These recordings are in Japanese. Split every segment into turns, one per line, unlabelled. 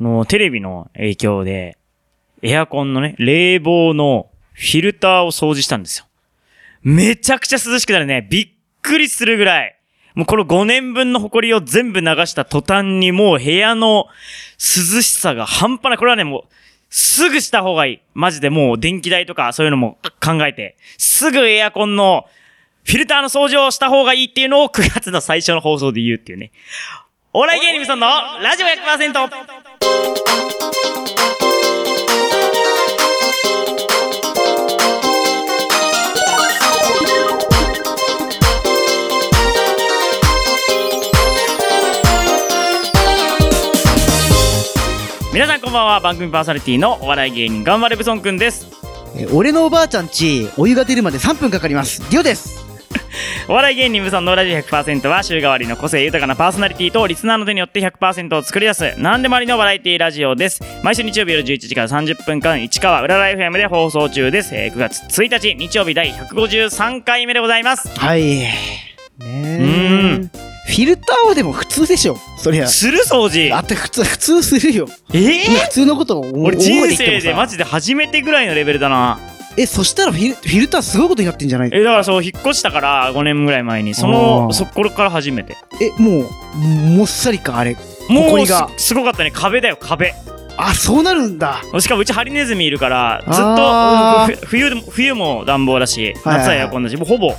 あの、テレビの影響で、エアコンのね、冷房のフィルターを掃除したんですよ。めちゃくちゃ涼しくなるね。びっくりするぐらい。もうこの5年分の埃を全部流した途端にもう部屋の涼しさが半端ない。これはね、もう、すぐした方がいい。マジでもう電気代とかそういうのも考えて、すぐエアコンのフィルターの掃除をした方がいいっていうのを9月の最初の放送で言うっていうね。お笑い芸人さんのラジオ 100%! 皆さんこんばんは番組パーソナリティのお笑い芸人ガンバレブソンくんです
えー俺のおばあちゃんちお湯が出るまで3分かかりますディオです
お笑い芸人ブソンのラジオ100%は週替わりの個性豊かなパーソナリティとリスナーの手によって100%を作り出す何でもありのバラエティラジオです毎週日曜日夜11時から30分間市川裏ライフ M で放送中です、えー9月1日日曜日第153回目でございます
はいね
う
え
ん
フィルターはでも普通でしょそりゃ
する掃除
あって普通普通するよ
ええ
今普通のことを思
俺人
って
生
も
で
さ
マジで初めてぐらいのレベルだな
えそしたらフィルフィルターすごいことになってんじゃないえ
えだからそう引っ越したから5年ぐらい前にそ
あ
の
ー
そこから初めて
もうもっさりかあれ
もう
埃が
すすごかったね壁だよ壁
あそうなるんだ
しかもうちハリネズミいるからず
あー
っとふ冬でも冬も暖房だし
はいはい
夏はエアコンだしもうほぼ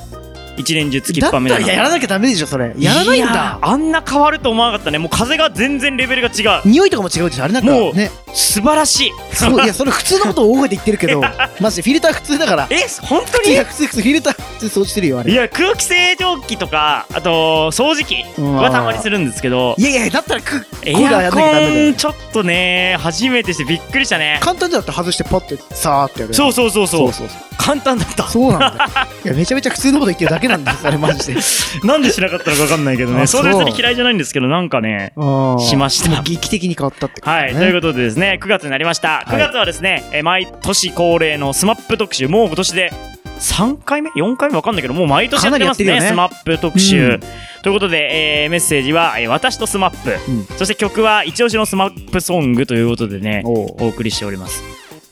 一年中つきっ
だった
ぱめ
ら
だな
やらなきゃダメでしょそれやらないん
や
だ
あんな変わると思わなかったねもう風が全然レベルが違う
匂いとかも違うでしょあれなんか
もう
ね
素晴らしい
そういやそれ普通のことを大声で言って るけどマジでフィルター普通だから
え本当
いや
に
普通普通フィルター普通掃除してるよあれ
いや空気清浄機とかあと掃除機はたまにするんですけど
いやいやだったらく
エ
今度はや
ア
んなきゃダメだ
コ
よ
ンちょっとね初めてしてびっくりしたね
簡単だったら外してパッてさーってやる
そうそうそうそう
そうそう
簡単だった
そうなん だよいやめちゃめちゃ普通のこと言ってるだけなんですあれマジで
なんでしなかったのか分かんないけどね
あ
そ
そう
う別に嫌いじゃないんですけどなんかねし
し
ました
もう劇的に変わったってこと
はい、ということでですね9月になりました
い
9月はですね、えー毎年恒例のスマップ特集もう今年で3回目4回目わかんないけどもう毎年やってますね
かなりやって
ス
る
マ
よ
ップ特集、
うん
ということで、えーメッセージは、えー私とスマップ、
うん
そして曲は一押しのスマップソングということでね
おう
お送りしております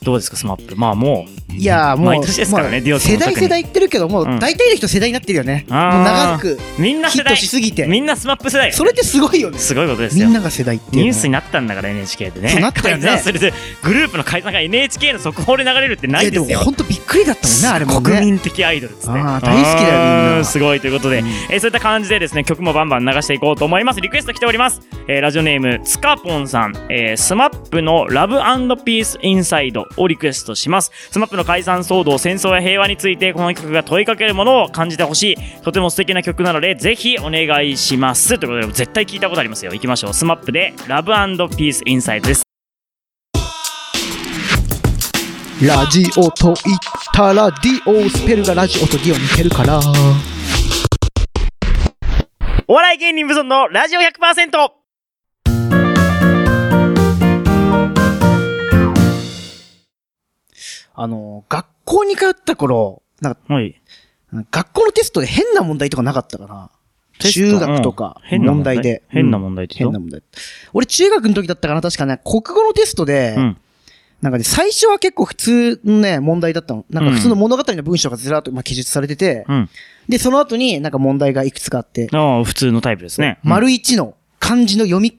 どうですかスマップまあもう
いやーもう
毎年ですからね
まあ
ディオさん
世
も特
代
に
世代言ってるけどもう
うん
大体の人世代になってるよねもう
あー
長く
みんな
ヒ
世
ット
代
しすぎて
みんなスマップ世代
それってすごいよね
すごいことです
み
よ
んなが世代っていう
ニュ
の
ー
は
スになったんだから NHK でね
そうなっ たよね
改ざんされてグループの解散が NHK の速報で流れるってないです
いや
よ
も本当びっくりだったもんねあれもね
国民的アイドルですね
あー大好きだよみんな
うすごいということで、
うん
えーそういった感じでですね曲もバンバン流していこうと思いますリクエスト来ております、えーラジオネームつかぽんさん、えー、スマップの「ラブピースインサイドをリクエストしますスマップの解散騒動戦争や平和についてこの曲が問いかけるものを感じてほしいとても素敵な曲なのでぜひお願いしますということで絶対聞いたことありますよいきましょうスマップで「ラブピースインサイドです
ラジオと言ったらディオスペルがラジオとディオ似てるから
お笑い芸人無尊のラジオ100%
あの学校に通った頃なんか
はい
学校のテストで変な問題とかなかったかな
テスト
中学とか
うん、変な
問題で。
変な
うん
問題って言
変
う
な
と
問題。俺中学の時だったかな確かね、国語のテストで、
うん
なんかね、最初は結構普通のね、問題だったの。なんか普通の物語の文章がずらっと、まあ、記述されてて、
うん
で、その後になんか問題がいくつかあって、
ああ、普通のタイプですね。
丸一の漢字の読み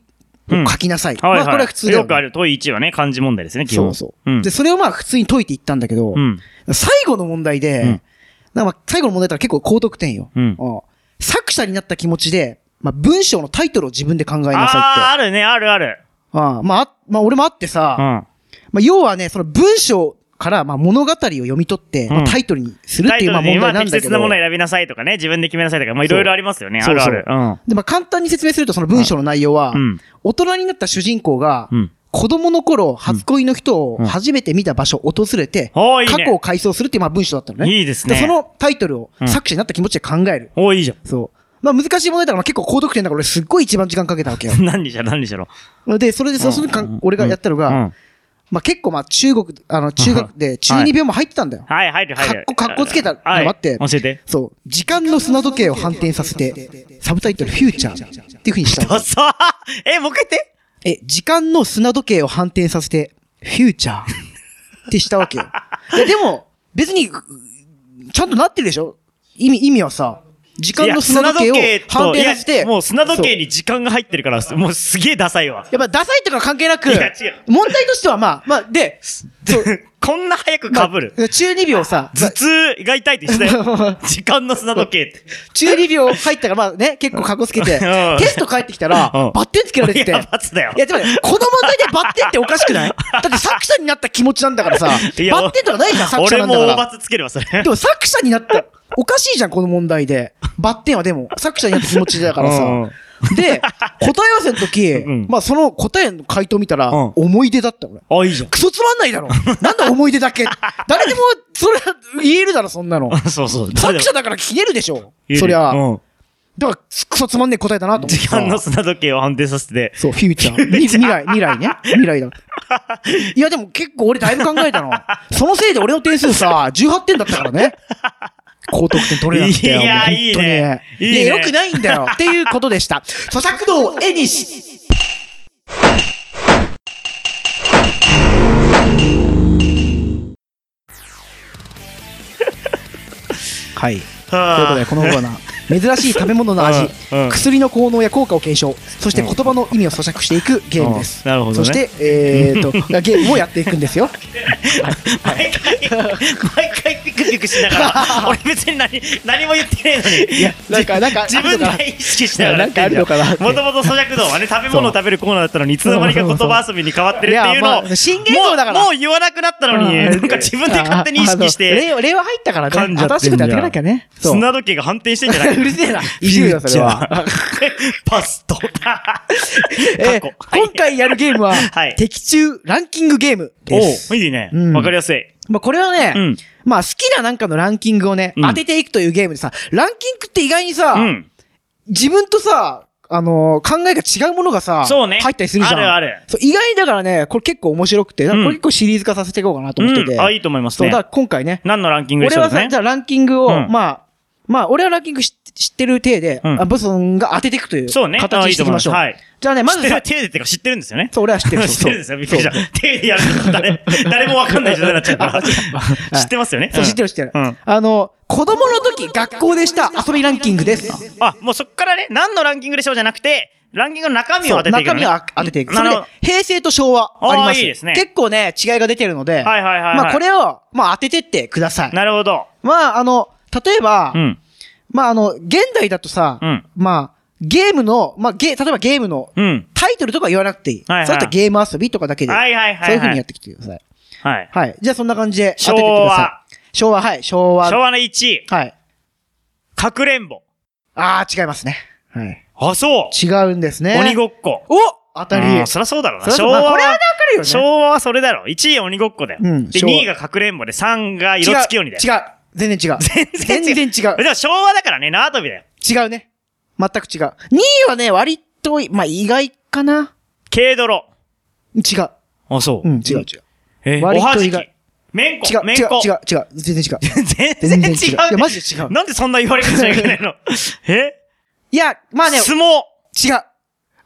を書きなさい。
うんはい
まあ、これは普通だよ、
よくある問い1はね、漢字問題ですね、基
そ
本。
うそうう、
ん
で、それをまあ普通に解いていったんだけど、
うん。
最後の問題で、
うん
なんかまあ最後の問題だったら結構高得点よ。
うん。
うん作者になった気持ちで、まあ、文章のタイトルを自分で考え
ああー、
なさいって。
あるね、あるある。
ああまあ、あまあ、俺もあって
う
さ、
ん。
まあ、要はね、その文章から、まあ、物語を読み取って、ま
うん
あ、タイトルにするっ
タ
て
イ
いう、ま
ト
あ、
ルに
問題
今
なん
適
だけ
切
ど
なも。のを選びなさいとかね、自分で決めなさいとか、まあいろいろありますよね、あ
そう
るある。
そうで、まあ、簡単に説明すると、その文章の内容は、
ん。うん。
大人になった主人公が、
うん。
子供の頃、初恋の人を
うん
初めて見た場所を訪れて、
おーいい
過去を
ね。
回想するっていう、まあ、文章だったのね。
いいです
で、そ
ね。
のタイトルを
うん
作者になった気持ちで考える。
おーいいじゃん。
そう。まあ、難しい問題だから、まあ結構高得点だから、俺すっごい一番時間かけたわけよ。
何にしろ、何にしろ。
で、それで、そうする
うんうん
か、俺がやったの
う
が、
ん。
まあ結構まあ中国、あの 中学で中二病も入ってたんだよ。
はい、入る、入る。
かっこかっこつけた
はい
の待って
教えて。
そう。時間の砂時計を反転させて、サブタイトルフューチャーっていう風にした
ダ
の。
サーえ、もう一回言って。
え、時間の砂時計を反転させて、フューチャーってしたわけ よ。いやでも、別に、ちゃんとなってるでしょ意味、意味はさ、時間の砂時計を反
とい
転さ
や
せて、
もう砂時計
そう
に時間が入ってるから、もうすげえダサいわ。
やっぱダサいとか関係なく
いや違う、
問題としてはまあ、まあ、で、そ う
こんな早く
ま
被
あ
る。
中2秒さ、
頭痛が痛いと一緒だよ。時間の砂時計って。
中2秒入ったから、まあね、結構カッコつけて、
うん
テスト帰ってきたら、
うん
バッテンつけられて
い
て。
や、罰だよ
い。や、でもね、この問題でバッテンっておかしくない だって作者になった気持ちなんだからさ、バッ
いや
テンとかないじゃん、作者
俺
なん
も
だか
大
ら。
罰つけるわ、そ れ。
でも作者になった、おかしいじゃん、この問題で。バッテンはでも、作者になった気持ちだから
うんうん。
さで、答え合わせの時、
ん
まあその答えの回答見たら、
うん
思い出だった、俺。
あ、いいじゃ
クソつまんない だろ。なんだ思い出だけ。誰でも、それは言えるだろ、そんなの。
ん。そう そう。
作者だから消えるでしょ。
言える
そりゃ。
うん
だから、クソつまんねえ答えだなと思って
時
さ。
間の砂時計を判定させて。
そう、フューチャー。み未来、未来ね。未 来だ。いや、でも結構俺だいぶ考えたの。そのせいで俺の点数さ、18点だったからね。高得点取れなくて。
いや
もう
いいね
本当に
いいね
や、よくないんだよ。っていうことでした。咀嚼道絵にし。 はい。ということ
は
で、
あ
このコーナー、珍しい食べ物の 味、
うんうん
薬の効能や効果を検証、そして言葉の意味を咀嚼していくゲームです。
うんなるほどね
そして、え ー、と、ゲームをやっていくんですよ。
毎回、毎回ピクピクしなが ら、俺別に何、何も言ってないのに。いや
なんか、なんか、
自分で意識しながら
なんかあるのかなって
もともと咀嚼道はね、食べ物を食べるコーナーだったのに、いつの間にか言葉遊びに変わってるっていうの
いやま
を、
あ新言語だから
もうもう言わなくなったのに、なんか自分で勝手に意識し
ああの
て、
令和令和入ったからね、
噛んじゃってんじゃん
新しくやっていかなきゃね。そう。
砂時計が反転してんじゃな
う
い
るせえな。いじるよ、それは。
パスと。
え
過
ー
去はい
今回やるゲームは、
はい
的中ランキングゲームです。
おういいね
うん。
わかりやすい。
まあ、これはね、
うん
まあ、好きななんかのランキングをね、
うん
当てていくというゲームでさ、ランキングって意外にさ、
うん。
自分とさ、あのー考えが違うものがさ、
そうね
入ったりするじゃ
あ
ん。
るある
そう、意外にだからね、これ結構面白くて、だからこれ結構シリーズ化させていこうかなと思ってて。
うんあ、いいと思います
そう、
ね
だか。ら今回ね、
何のランキングでし
俺
ょ
は
う
さ、
ね
じ。ゃあランキングを、
うん
まあ、まあ、俺はランキングし知ってる体で、
うん
あブソンが当てていくという
そうね。
形
あ
に
いい
して
と思い
いきま
ま
し
す。
ょう。
はい。
じゃあね、ま
知っ
ず
て
さ
る、、手でってか知ってるんですよね。
そう、俺は知ってる。
知ってるんですよ。びっくりした。手でやると誰、誰もわかんない状態になっちゃう から。知ってますよね。
そう、知って
る。
る知ってる。
うん
あの、子供の時、学校でした遊びランキングです。
あ、もうそっからね、何のランキングでしょうじゃなくて、ランキングの中身を
そう
当てていくの
中
ね。
身を当てていく。
な
そ
る
れ
ほ
で
ど。、
平成と昭和ありま
あー
す。
いいですね
結構ね、違いが出てるので、
はいはいはいはい。
まあこれを、まあ当ててってください。
なるほど。
まああの、例えば、
うん。
まああの、現代だとさ、
うん
まあ、ゲームの、まあゲ、例えばゲームの
うん。
タイトルとか言わなくていい。
はいはい
それとゲーム遊びとかだけで、
はいはいはいはい
そういう風にやってきてください。
はい。
はい。じゃあそんな感じで当ててください。昭和、はい、昭和。
昭和の1位、
はい。
かくれんぼ。
あー、違いますね。はい。
あ、そう。
違うんですね。
鬼ごっこ。
お当た
う
り
ん。そりゃそうだろうな。
そりゃそ
昭和
うまあこれはわ
は
かるよね
昭和はそれだろう。1位鬼ごっこだよ。
うん
で、
昭和
2位がかくれんぼで、3が色付き鬼だよ。
違う。違う全然違う。
全然違う
全然違う
え。でも昭和だからね、縄跳びだよ。
違うね。全く違う。2位はね、割と、まあ、意外かな。
軽泥。
違う。
あ、そ
うん、違う違う。
えー、お
割と
はじ
意
き
外。
めんこ
違う、。
め
違
ん
う
こ、。
違う、違う。全然違
全
う。
然 違うね。
全然違ういやマジで違う
なんでそんな言われ方しなきゃいけない のえ
いや、まあね、
相撲。
違う。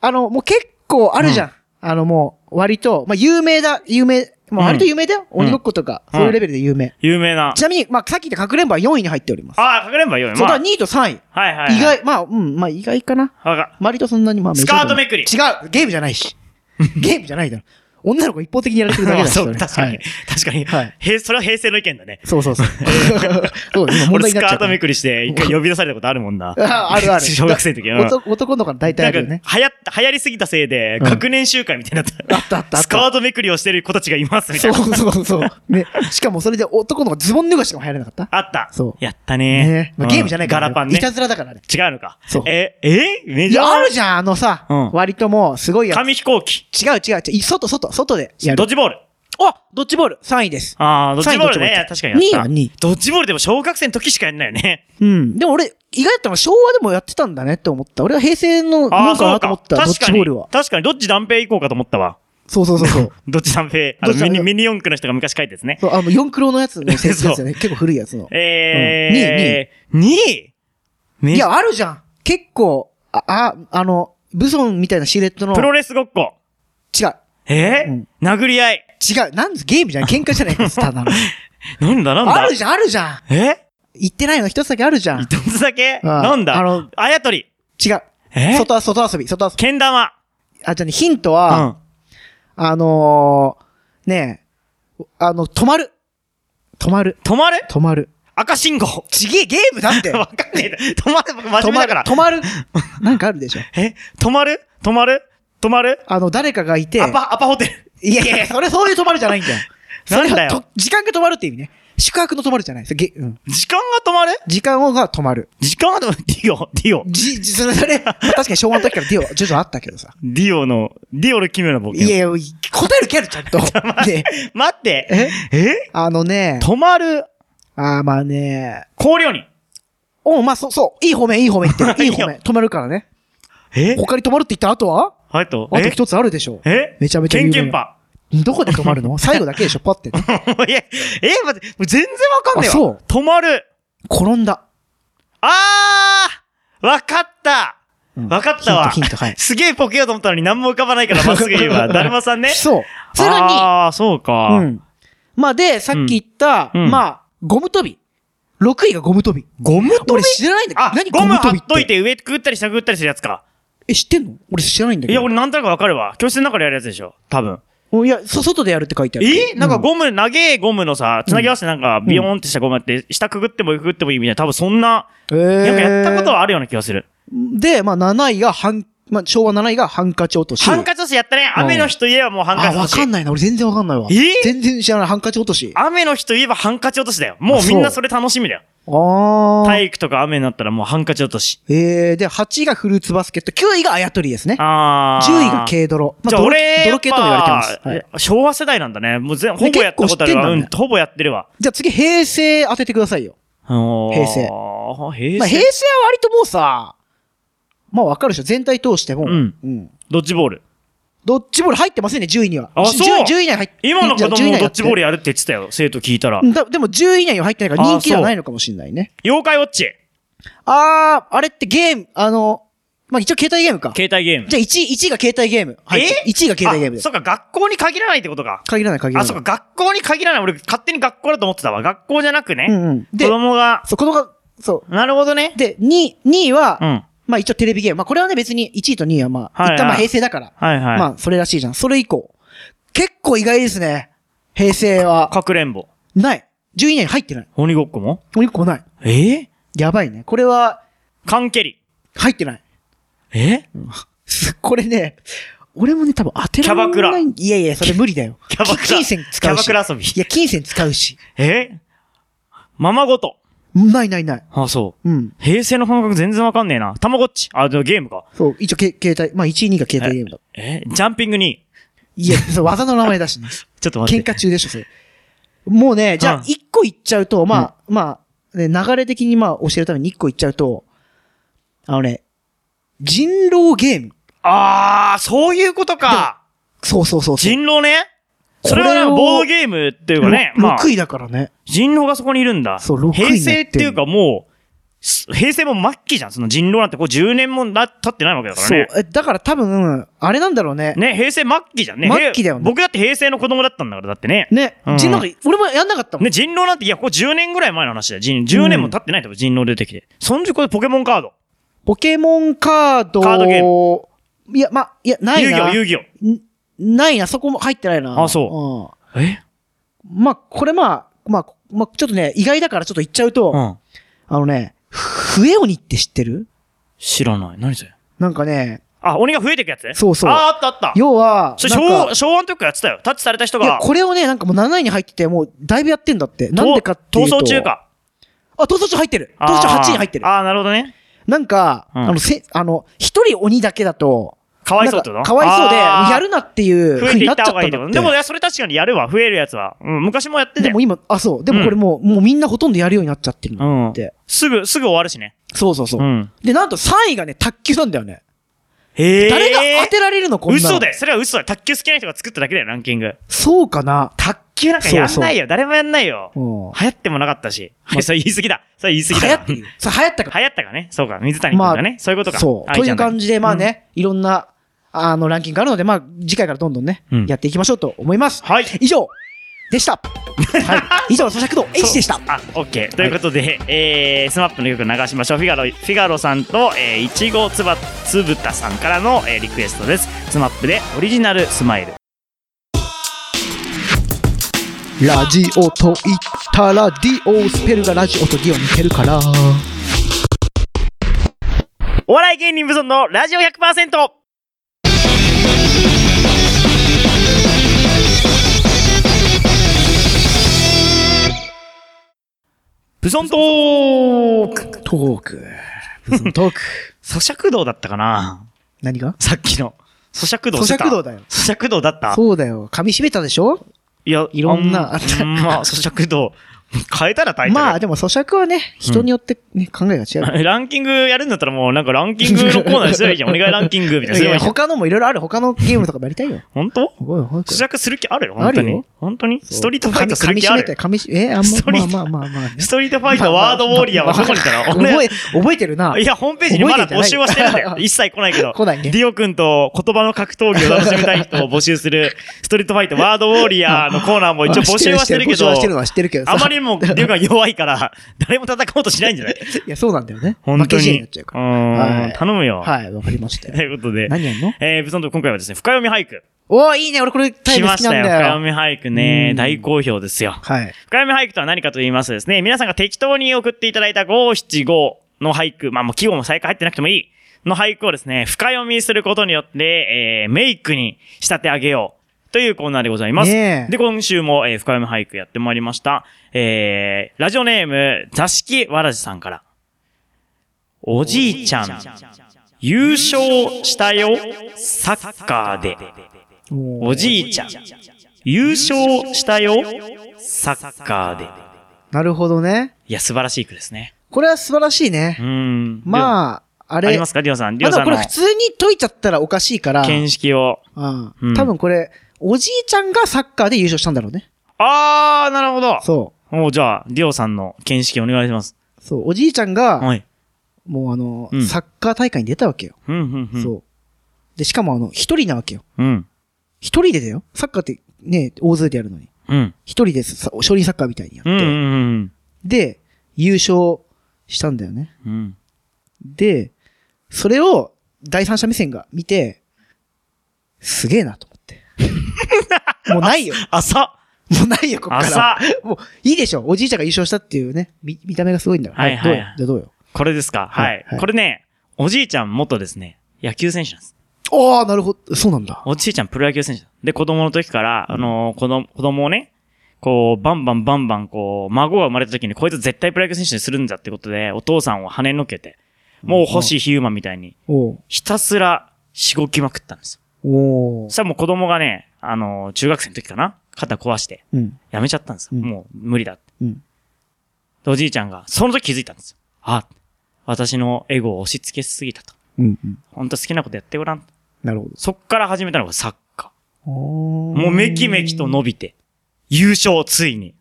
あの、もう結構あるじゃん。あの、もう、割と、まあ、有名だ、有名、まあ、割と有名だよ。
ん
鬼ごっことか、
うん
そういうレベルで有名。
有名な。
ちなみに、まあ、さっき言ったかくれんぼは4位に入っております。
ああ、かくれんぼはよい。
そう
ま
だ、
あ、
2位と3位。
はいはいはい。
意。外、まあ、うん、まあ、意外かな。
わか
割とそんなに、まあ、
スカートめくり
違う、ゲームじゃないし。ゲームじゃないだろ。女の子一方的にやられてるだけ
あ
だし。
そう、
れ
確か
は
に
い。
確かに。
はい
へそれは平成の意見だね。
そうそ うそう。そう、今問
俺
題に
ス
な
カ
っち
ー
ゃうか
ト
ら。。
めくりして、一回呼び出されたことあるもんな
ああるある。
小学生の時
だ
は。
男男の子は大体
な
あ
んか、
るよ
流行
ね
っ。流行りすぎたせいで、
ん
学年集会みたいになった。
あったあったあった
スカートめくりをしてる子たちがいます、みた
そ
いうな。
そうそう。ね。しかもそれで男の子ズボン脱がしとかも流行らなかった
あった。
そう
やったね。
ねま
う
あ
ん
ゲームじゃないか
ガ
ら。
ラパンね
い。たずらだからね。
違うのか。
そう
え、えメ
い
ジャー
や、あるじゃん、あのさ
うん、
割ともう、すごいやつ。
紙飛行機。
違う違う違う。外、外、外でや
ド
る
ッ。ジボール。
あドッジボール、3位です。
ああ、ドッジボール
サイ
ね。
ンドッ
確
ジ
か
ボー
に
ル
やった。
2位は2位
ドッジボールでも小学生の時しかやんないよね。
うん。でも俺、意外だったのが昭和でもやってたんだねって思った。俺は平成 のもん
ああ、
か
そう
なと
か
思った。。ド
確
ッ
か
ジボ
に
ールは。。
確かに、どっち断平行こうかと思ったわ。
そうそうそ うそう。
どっち断平。あの
どっち断
ミ
平
ニ、ミニ四駆の人が昔書いたやつね。
そう、あの、四クロの やつの先生ですよね。結構古いやつの。
えー、2位 ?2 位
いや、あるじゃん。結構、あ、あ、あの、ブソンみたいなシルエットの。
プロレスごっこ。
違う。
えー
うん
殴り合い。
違う。なんですゲームじゃない喧嘩じゃな いです、ただの。
なんだなんだ
あるじゃん、あるじゃん。
え
言ってないの一つだけあるじゃん。
一つだけ
うん
なんだ
あの
あやとり。
違う。
え
外は外遊び、外遊び。
けん玉。
あ、じゃあね、ヒント
う
は、
ん。
あのー、ねえ、あの、止まる。止まる。
止まる
止まる。
赤信号。
ちげえ、ゲームだ って。
わかんねえな。止まる僕真
止
面目だ
まる
から。
止まる。なんかあるでしょ。
え止まる止まる止まる
あの、誰かがいて、
アパ、アパホテル。
いやいやいや、それそういう止まるじゃないんだよ。そ
な
れ
んだ
は
よ
と、時間が止まるって意味ね。宿泊の止まるじゃないですげうん。
時間が止まる
時間をが止まる。
時間が止まる。ディオ、ディオ。
じ、じ、それ、それ、まあ確かに昭和の時からディオ、徐々あったけど さ。
ディオの、ディオの奇妙な冒
いや
険。
いや、答える気ある、ちゃ んと。ね、
待って。
え
え
あのね、
止まる、
あーまあね、
香料に。
おうまあそう、そう、いい方面、いい方面言ってる。いい方
いい
面、止まるからね。
え
他に止まるって言った後は
あと、
あと
え
一つあるでしょ
え
めちゃめちゃ
ケ
有
ン
名
ケンパ。
どこで止まるの最後だけでしょ、パってね。
いや、え、待って、もう全然わかんねえわ。
あそう
止まる。
転んだ。
あーわかった
うん
わかったわ。
ヒント、ヒント、はい。
すげえポケようと思ったのに何も浮かばないからまっすぐ言うわ。だるまさんね。
そう。それが
ああ、そうか。
2。うん。まあで、さっき言った、
うんうん
まあ、ゴム跳び。6位がゴム跳び。ゴム跳び俺知らないんだ
あ
けど、何
ゴ
ゴ
ム
ム
貼
跳
っ
びっ
とい
て。
て上くぐったり下くぐったりするやつか。
え、知ってんの俺知らないん
い
だけ
や、
ど。
俺なんとなくわかるわ。教室の中でやるやつでしょ。多分。
おいや、そ外でやるって書いてある。
えなんか
ム、
ゴム、長えゴムのさ、つなぎ合わせてなんかビヨーンってしたゴムあって、下くぐっても上くぐってもいいみたいな。多分そんな、
えー
なんかやったことはあるような気がする。
で、まあ7位が、ハン、まあ昭和7位がハンカチ落とし。
ハンカチ落としやったね。雨の日といえばもうハンカチ
あ、
落
わ
とし。
かんないな。俺全然わかんないわ。
えー
全然知らない。ハンカチ落とし。あ
雨の日といえばハンカチ落としだよ。も
あ
う
そう
みんなそれ楽しみだよ。
ー。
体育とか雨になったらもうハンカチ落とし。
えー、で、8位がフルーツバスケット、9位があやとりですね。
あー。
10位が軽泥。ま
じゃあ
泥
俺、
泥系とも言われてます。はい
ます。昭和世代なんだね。もう全、ほぼやったことある
結構知ってんだ
わ。
ね
うん、ほぼやってるわ。
じゃあ次、平成当ててくださいよ。
平
平成。ま
平
あ、平
成。
成は割ともうさ、まあわかるでしょ。全体通しても。
うん
うん。
ドッジボール。
ドッジボール入ってませんね、10位には。
あ
じゅ
そう
10位には入って
今の子供もドッジボール
ル。
やるって言ってたよ。生徒聞いたら
う。んだでも10位以内には入ってないから
あ
人気ではないのかもしれないね。
妖怪ウォッチ。
あー、あれってゲーム、あの、まあ一応携帯ゲームか。じ
携帯ゲーム。
ゃあ1位、1位が携帯ゲーム。入って
え
?1 位が携帯ゲーム
あ
で
そ。っか、学校に限らないってことか。
限らない限ら
あ、
ない
そ。っか、学校に限らない。俺、勝手に学校だと思ってたわ。学校じゃなく
う
ね。
んうん。
子
で、
供が。
そう、子供が、そう。
なるほどね。
で、2位、2位は、
うん。
まあ一応テレビゲーム。まあこれはね別に1位と2位はまあ、
はいはい
一旦まあ平成だから。
はいはい。
まあそれらしいじゃん。それ以降。結構意外ですね。平成は。
かくれんぼ。
ない。10位以内に入ってない。
鬼ごっこも
もう1個ない。
ええ
やばいね。これは、
缶蹴り。
入ってない。
え
すこれね、俺もね多分当てられない。
キャバクラ
いやいや、それ無理だよ。
キャバクラ
き金銭使うし。
キャバクラ遊び
いや、金銭使うし。
えままごと。
ないないない。
あ、そう。
うん。
平成の感覚全然わかんねえな。たまごっち。あ、でもゲームか。
そう、一応け、携帯、まあ1位2位が携帯ゲームだ。
えジャンピングに。
いや、そう技の名前だしね。
ちょっと待っ
喧
て。
嘩中でしょ、それ。もうね、じゃ
うん
あ、一個言っちゃうと、まあ、まあ、ね、流れ的にまあ、教えるために一個言っちゃうと、あのね、人狼ゲーム。
あー、そういうことか。
そうそうそうそう。
人狼ね。そ
こ
れ
れを
はなんかボードゲームっていうかね。
ろ
まあ、
6位だからね。
人狼がそこにいるんだ。
そう六位
平
になってんの
成っていうかもう、す平成も末期じゃん。その人狼なんてこう10年もな経ってないわけだから
そう。
ね。
えだから多分、あれなんだろうね。
ね、平成末期じゃんね。
末期だよね
へ僕だって平成の子供だったんだから、だってね。
ね
うん、
人狼、俺もやんなかったもん。
ね、人狼なんて、いや、ここ10年ぐらい前の話だよ。人10年も経ってないと思う、人狼出てきて。そんじゅこでポケモンカード。
ポケモンカードを
カードゲ
いや、まあ、いや、ない
遊戯王、
な。
遊戯
んないな、そこも入ってないな。
あそ王。え
うん。まあ、これまあ、まあ、まあ、ちょっとね、意外だからちょっと言っちゃうと、
うん。
あのね、笛鬼って知ってる
知らない。何それ。
なんかね、
あ、鬼が増えていくやつね。
そうそう
あ、あったあった。
要は、
それ
なん
昭
か
和、昭和の時からやってたよ。タッチされた人
いや、
が。
これをね、なんかもう7位に入ってて、もうだいぶやってんだって。なんでかっていう
逃
と。
走中。か。
あ、逃走中入ってる。逃走中
あー
8位に入ってる。
あー、なるほどね。
なんか、
うん
あの、せ、あの、一人鬼だけだと、
かわいそうってこ
なん
と
かかわいそうで、
あー
やるなっていう
増え
風
て
に
い
な
っ
っちゃ
た方
った
がいい
ん
って
だ
こ
っ
と
て。
でも、いやそれ確かにやるわ。増えるやつは。うん、昔もやってた
で
よ
も。今、あ、そう。でもこれもう、もうみんなほとんどやるようになっちゃってる
う
の
ん
っ。て。
すぐ、すぐ終わるしね。
そうそうそう。
ん。
で、なんと3位がね、卓球なんだよね。
へえ。
誰が当てられるのこんなの
嘘だよ。それは嘘だよ。卓球好きな人が作っただけだよ、ランキング。
そうかな。
卓球なんかやんないよ。誰もやんないよ。
う
流
ん。
行ってもなかったし。はい、それ言い過ぎだ。それ言い過ぎだ
流
な。
行ってるよ。そう、流行ったから
流行ったかね。そうか。水谷君がね。そういうことか。
そう。
愛
と
ち
い
ゃ
うん
だね
感じで、まあ。ね、いろんな、あの、ランキングがあるので、まあ、次回からどんどんね、
うん
やっていきましょうと思います。
はい。
以上 でした。はい。以上、咀嚼道 H でした。
あ、オッケー。ということで、えー、スマップの曲流しましょう。フィガロ、フィガロさんと、えー、いちごつば、つぶたさんからの、えーリクエストです。スマップでオリジナルスマイル。
ラジオと言ったら、DO スペルがラジオとギオ似てるから。
お笑い芸人無存のラジオ 100%! ブソントーク
トーク。トーク。
咀嚼道だったかな
何が
さっきの。咀嚼道して
咀
た
嚼道だよ。
咀嚼道だった
そうだよ。噛み締めたでしょ
いや、
いろんな
あ
あ
んまあ、咀嚼道。変えたら大変。
まあ、でも咀嚼はね、人によってね、考えが違う。
ランキングやるんだったらもうなんかランキングのコーナーにすればいいじゃん。 お願いランキングみ たいな。
い
すればい
や
いじゃん
他のもいろいろある。他のゲームとかもやり たいよ。
本当
おいおいこれ
咀嚼する気あるよ、本当
ある
に
よ。
本当に
そう
ストリートファイターする気ある
噛み噛み締めたい。噛み締え、あ
ストリー
ん
ト
ま、まあまあまあまあ ね。
ストリートファイターワードウォーリアーはどこにいたの
覚え、覚えてるな。
いや、ホームページにまだ募集はしてるんだよ。
覚えてない
一切来ないけど。
来ない
デ
ね
ィオ君と言葉の格闘技を楽しみたい人を募集する、ストリートファイターワードウォーリアーのコーナーも一応募集はしてるけ
募集
ど
は、してるのは知ってるけどさ。
あまりにもディオ君が弱いから、誰も叩こうとしないんじゃない
いや、そうなんだよね。
本当
負け試合に
に。
な
う
っちゃうから。
ー
は
ん、
い
頼むよ。
はい、わかりました
と
よ。
いうことで。
何やんの
えー、ブソンと今回はですね、深読み俳句。
おー、いいね。俺これタ
来
イム好
ま
き
した
なん
よ。深
だ
読
よ。
み俳句ね
う、ん
大好評ですよ。
はい。
深読み俳句とは何かと言いますとですね、皆さんが適当に送っていただいた五七五の俳句、まあもう季語も最下入ってなくてもいい、の俳句をですね、深読みすることによって、えー、メイクに仕立て上げようというコーナーでございます。
ねえ
で、今週も、えー、深読み俳句やってまいりました。えー、ラジオネーム、座敷わらじさんから。おじいちゃん、優勝したよ、サッカーで。お
お
じいちゃん、優勝したよ、サッカーで。
なるほどね。
いや、素晴らしい句ですね。
これは素晴らしいうね。
ーん。あ、
まあ、あ
あり
れ。
ま
ます
か、リオさん。リ
あ
オ
で
さん
もこ
の
れ普通に解いちゃったらおかしいから。
見識を。
うん
うん
多分これ、おじいちゃんがサッカーで優勝したんだろうね。
あー、なるほど。
そ
もうじゃあ、リオさんの見識お願いします。
う。そう。おじいちゃんが、
はい。
もうあの
うん、
サッカー大会に出たわけよ。
うん、うん、うん。
そう。で、しかもあの、一人なわけよ。
うん。
一人でだよ。サッカーってね、大勢でやるのに。
うん。
一人です。さ少林サッカーみたいにやっ
うん、うん、う
て。
ん
で、優勝したんだよね。
うん。
で、それを第三者目線が見て、すげえなと 思って。もうないよ。
朝
もうないよ、こっから。
朝
もういいでしょ。おじいちゃんが優勝したっていうね、見見た目がすごいんだから。
はいはいはい
どうよ。
これですかは
はいいは。い
これね、おじいちゃん元ですね、野球選手なんです。
じゃあどうよ。ああ、なるほど。そうなんだ。
おじいちゃんプロ野球選手だ。で、子供の時から、あのー子供、子供をね、こう、バンバンバンバン、こう、孫が生まれた時に、こいつ絶対プロ野球選手にするんだってことで、お父さんを跳ねのけて、もう星ヒューマンみたいに、
おう
ひたすら、しごきまくったんですよ。
お
そしたらもう子供がね、あのー中学生の時かな肩壊して、
う。うん。
やめちゃったんですよ。
うん
もう、無理だって。
うん。
でおじいちゃんが、その時気づいたんですよ。あ、私のエゴを押し付けすぎたと。
うん。うん。
ほんと好きなことやってごらん。
なるほど。
そっから始めたのがサッカー。
も
もうめきめきと伸びて、優勝、ついに。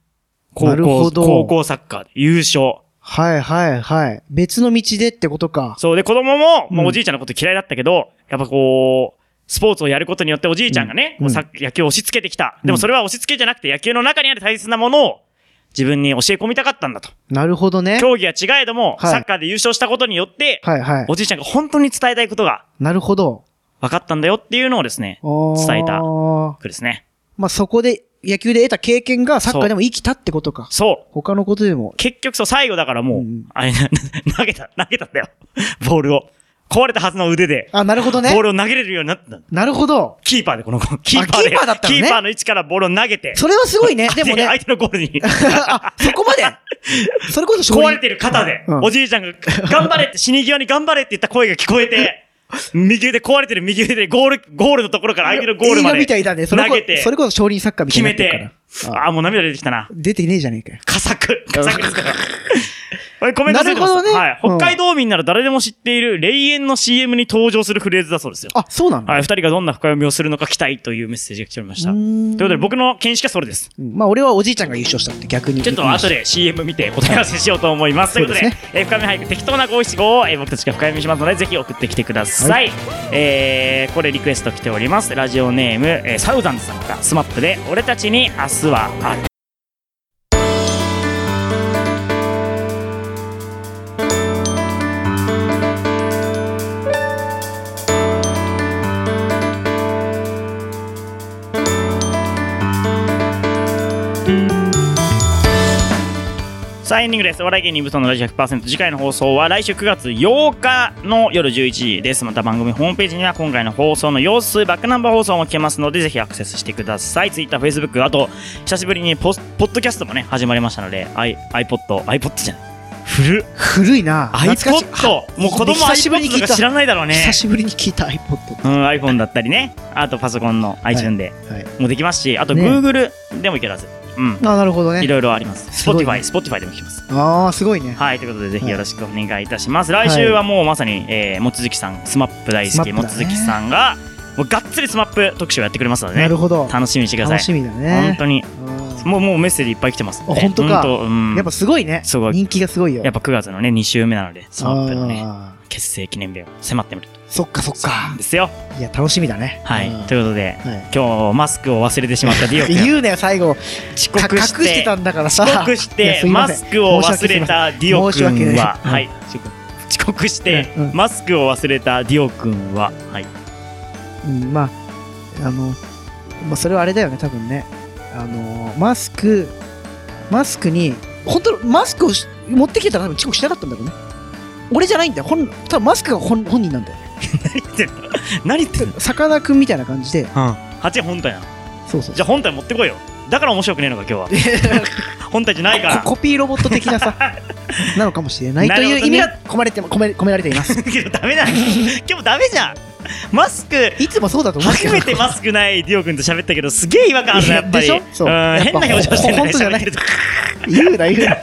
な
高
るほ
校、
ど
高校サッカーで優勝。
はいはいはい。別の道でってことか。
そうで、子供も、
うん
まあおじいちゃんのこと嫌いだったけど、やっぱこう、スポーツをやることによっておじいちゃんがね、
う
こ
ん
うサッ野球を押し付けてきた。
ん
でもそれは押し付けじゃなくて野球の中にある大切なものを自分に教え込みたかったんだと。
なるほどね。
競技は違えども、
はい
サッカーで優勝したことによって、
はいはい。
おじいちゃんが本当に伝えたいことが
なるほど。
分かったんだよっていうのをですね、伝えた
あー
句ですね。
まあ、そこで、野球で得た経験がサッカーでも生きたってことか。
そう。
他のことでも。
結局そう、最後だ からもう、
うん
あれ、な投げた、投げたんだよ。ボールを。壊れたはずの腕で、
あ、なるほど
ボ
ね。
ールを投げれるようになったんだ。
なるほど。
キーパーで、この子、キーパーで。
キーパーだったのね
キーパーの位置からボールを投げて。
それはすごいね。でもね。
相手のゴールに、
あ、そこまで。それこそ
壊れ
勝利。
てる肩で、
うん
おじいちゃんが、頑張れって、死に際に頑張れって言った声が聞こえ て、右腕壊れてる右腕で、ゴール、ゴールのところから相手のゴールま
映画
で。
みたいだね。それ
投
こ
げて
そ、れこそ少林サッカーみた
決
いにな
め
ってる
て。ああー、もう涙出てきたな
から。。出てねえじゃねえかよ。
佳作。佳作ですから。えコメントついてます
なるほどね
はい。
うん
北海道民なら誰でも知っている霊園の CM に登場するフレーズだそうですよ。
あ、そうなんだ。
はい。二人がどんな深読みをするのか期待というメッセージが来ておりました。
う
と
ー
い
ん
うことで、僕の見識はそれです。
うんまあ、俺はおじいちゃんが優勝したって逆に。
ちょっと後で CM 見て答え合わせしようと思います。と
そ
いううこ
で
と
す
で、
ね
えー深読み俳句適当な五七五を、えー僕たちが深読みしますので、ぜひ送ってきてください。えーこれリクエスト来ております。ラジオネーム、えーサウザンズさんからスマップで、俺たちに明日はある。さあエンディングです。お笑い芸人ブソンのラジオ100%。次回の放送は来週9月8日の夜11時です。また番組ホームページには今回の放送の様子、バックナンバー放送も聞けますので、ぜひアクセスしてください。Twitter、Facebook、あと、久しぶりにポスポッドキャストもね、始まりましたので、I、iPod、iPod じゃない。古っ。
古いな。懐かしい
iPod! もう子供
久しぶりに聞
iPod
い
と
た
か知らないだろうね。
久しぶりに聞いた iPod。
うん、iPhone だったりね。あとパソコンの iTunes で
はい。
もできますし、あと
ね
Google でもいけるはず。うん。
あ、なるほど
い
ね。
ろいろあります。
すごい
Spotify、
ね
Spotify でも聞けます。
ああ、すごいね。
はい、ということで、ぜひよろしくお願いいたします。来週はもうまさに、えー、望月さん、スマップ大好き、
スマ
望
ップだね
月さんが、もうがっつりスマップ特集をやってくれますので
な
ね
る、ほど。
楽しみにしてください。
楽しみだ
本
ね。
当に、
うん
もう、もうメッセージいっぱい来てますんで。
あ本当か
うん
やっぱすごいね。
すごい
人気がすごいよ。
やっぱ9月のね、2週目なので、スマップのね、
あー
結成記念日を迫ってみると。
そっかそっか。
ですよ。
いや、楽しみだね。
はい
うん。
ということで、
はい
今日マスクを忘れてしまったディオ君。
言うなよ、最後。
遅
か
刻
隠
して、
してたんだからさ。
遅刻し
いや
て
すいま
マ
せん
スクを忘れたディオ
申し訳
君は、
な
はいい、遅刻して
うん
マスクを忘れたディオ君は、はい、
うん、まあ、あの、まあ、それはあれだよね、多分ね。あの、マスク、マスクに、本当マスクをし持ってきてたら多分遅刻しなかったんだろうね。俺じゃないんだよ。本多分マスクが本本人なんだよ。
何言ってんの、
さかなクンみたいな感じで。
八本体なの
そ うそう
じゃあ本体持ってこいよだから面白くねえのか今日は本体じゃないから
ココピーロボット的 なさ、なのかもしれない
な
と
るほ
い
ど
う
ね
意味が込めれて込め込められています。
けどダメだ今日ダメじゃんマスク
いつもそうだと思う
初
けど。
めてマスクないディオ君と喋ったけどすげえ違和感あるなやっぱり
でしょそうん
変な表情してる
やっぱほんとじゃな
喋
い
ってる時
言うな言うな。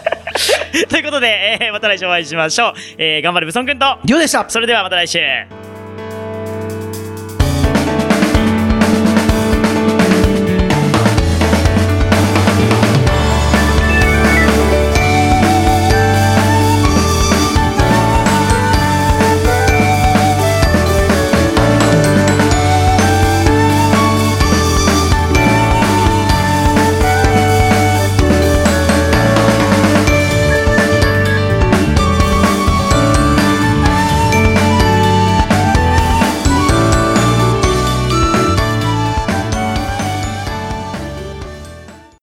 ということで、えーまた来週お会いしましょう、えー頑張れブソン君と
りょうでした。
それではまた来週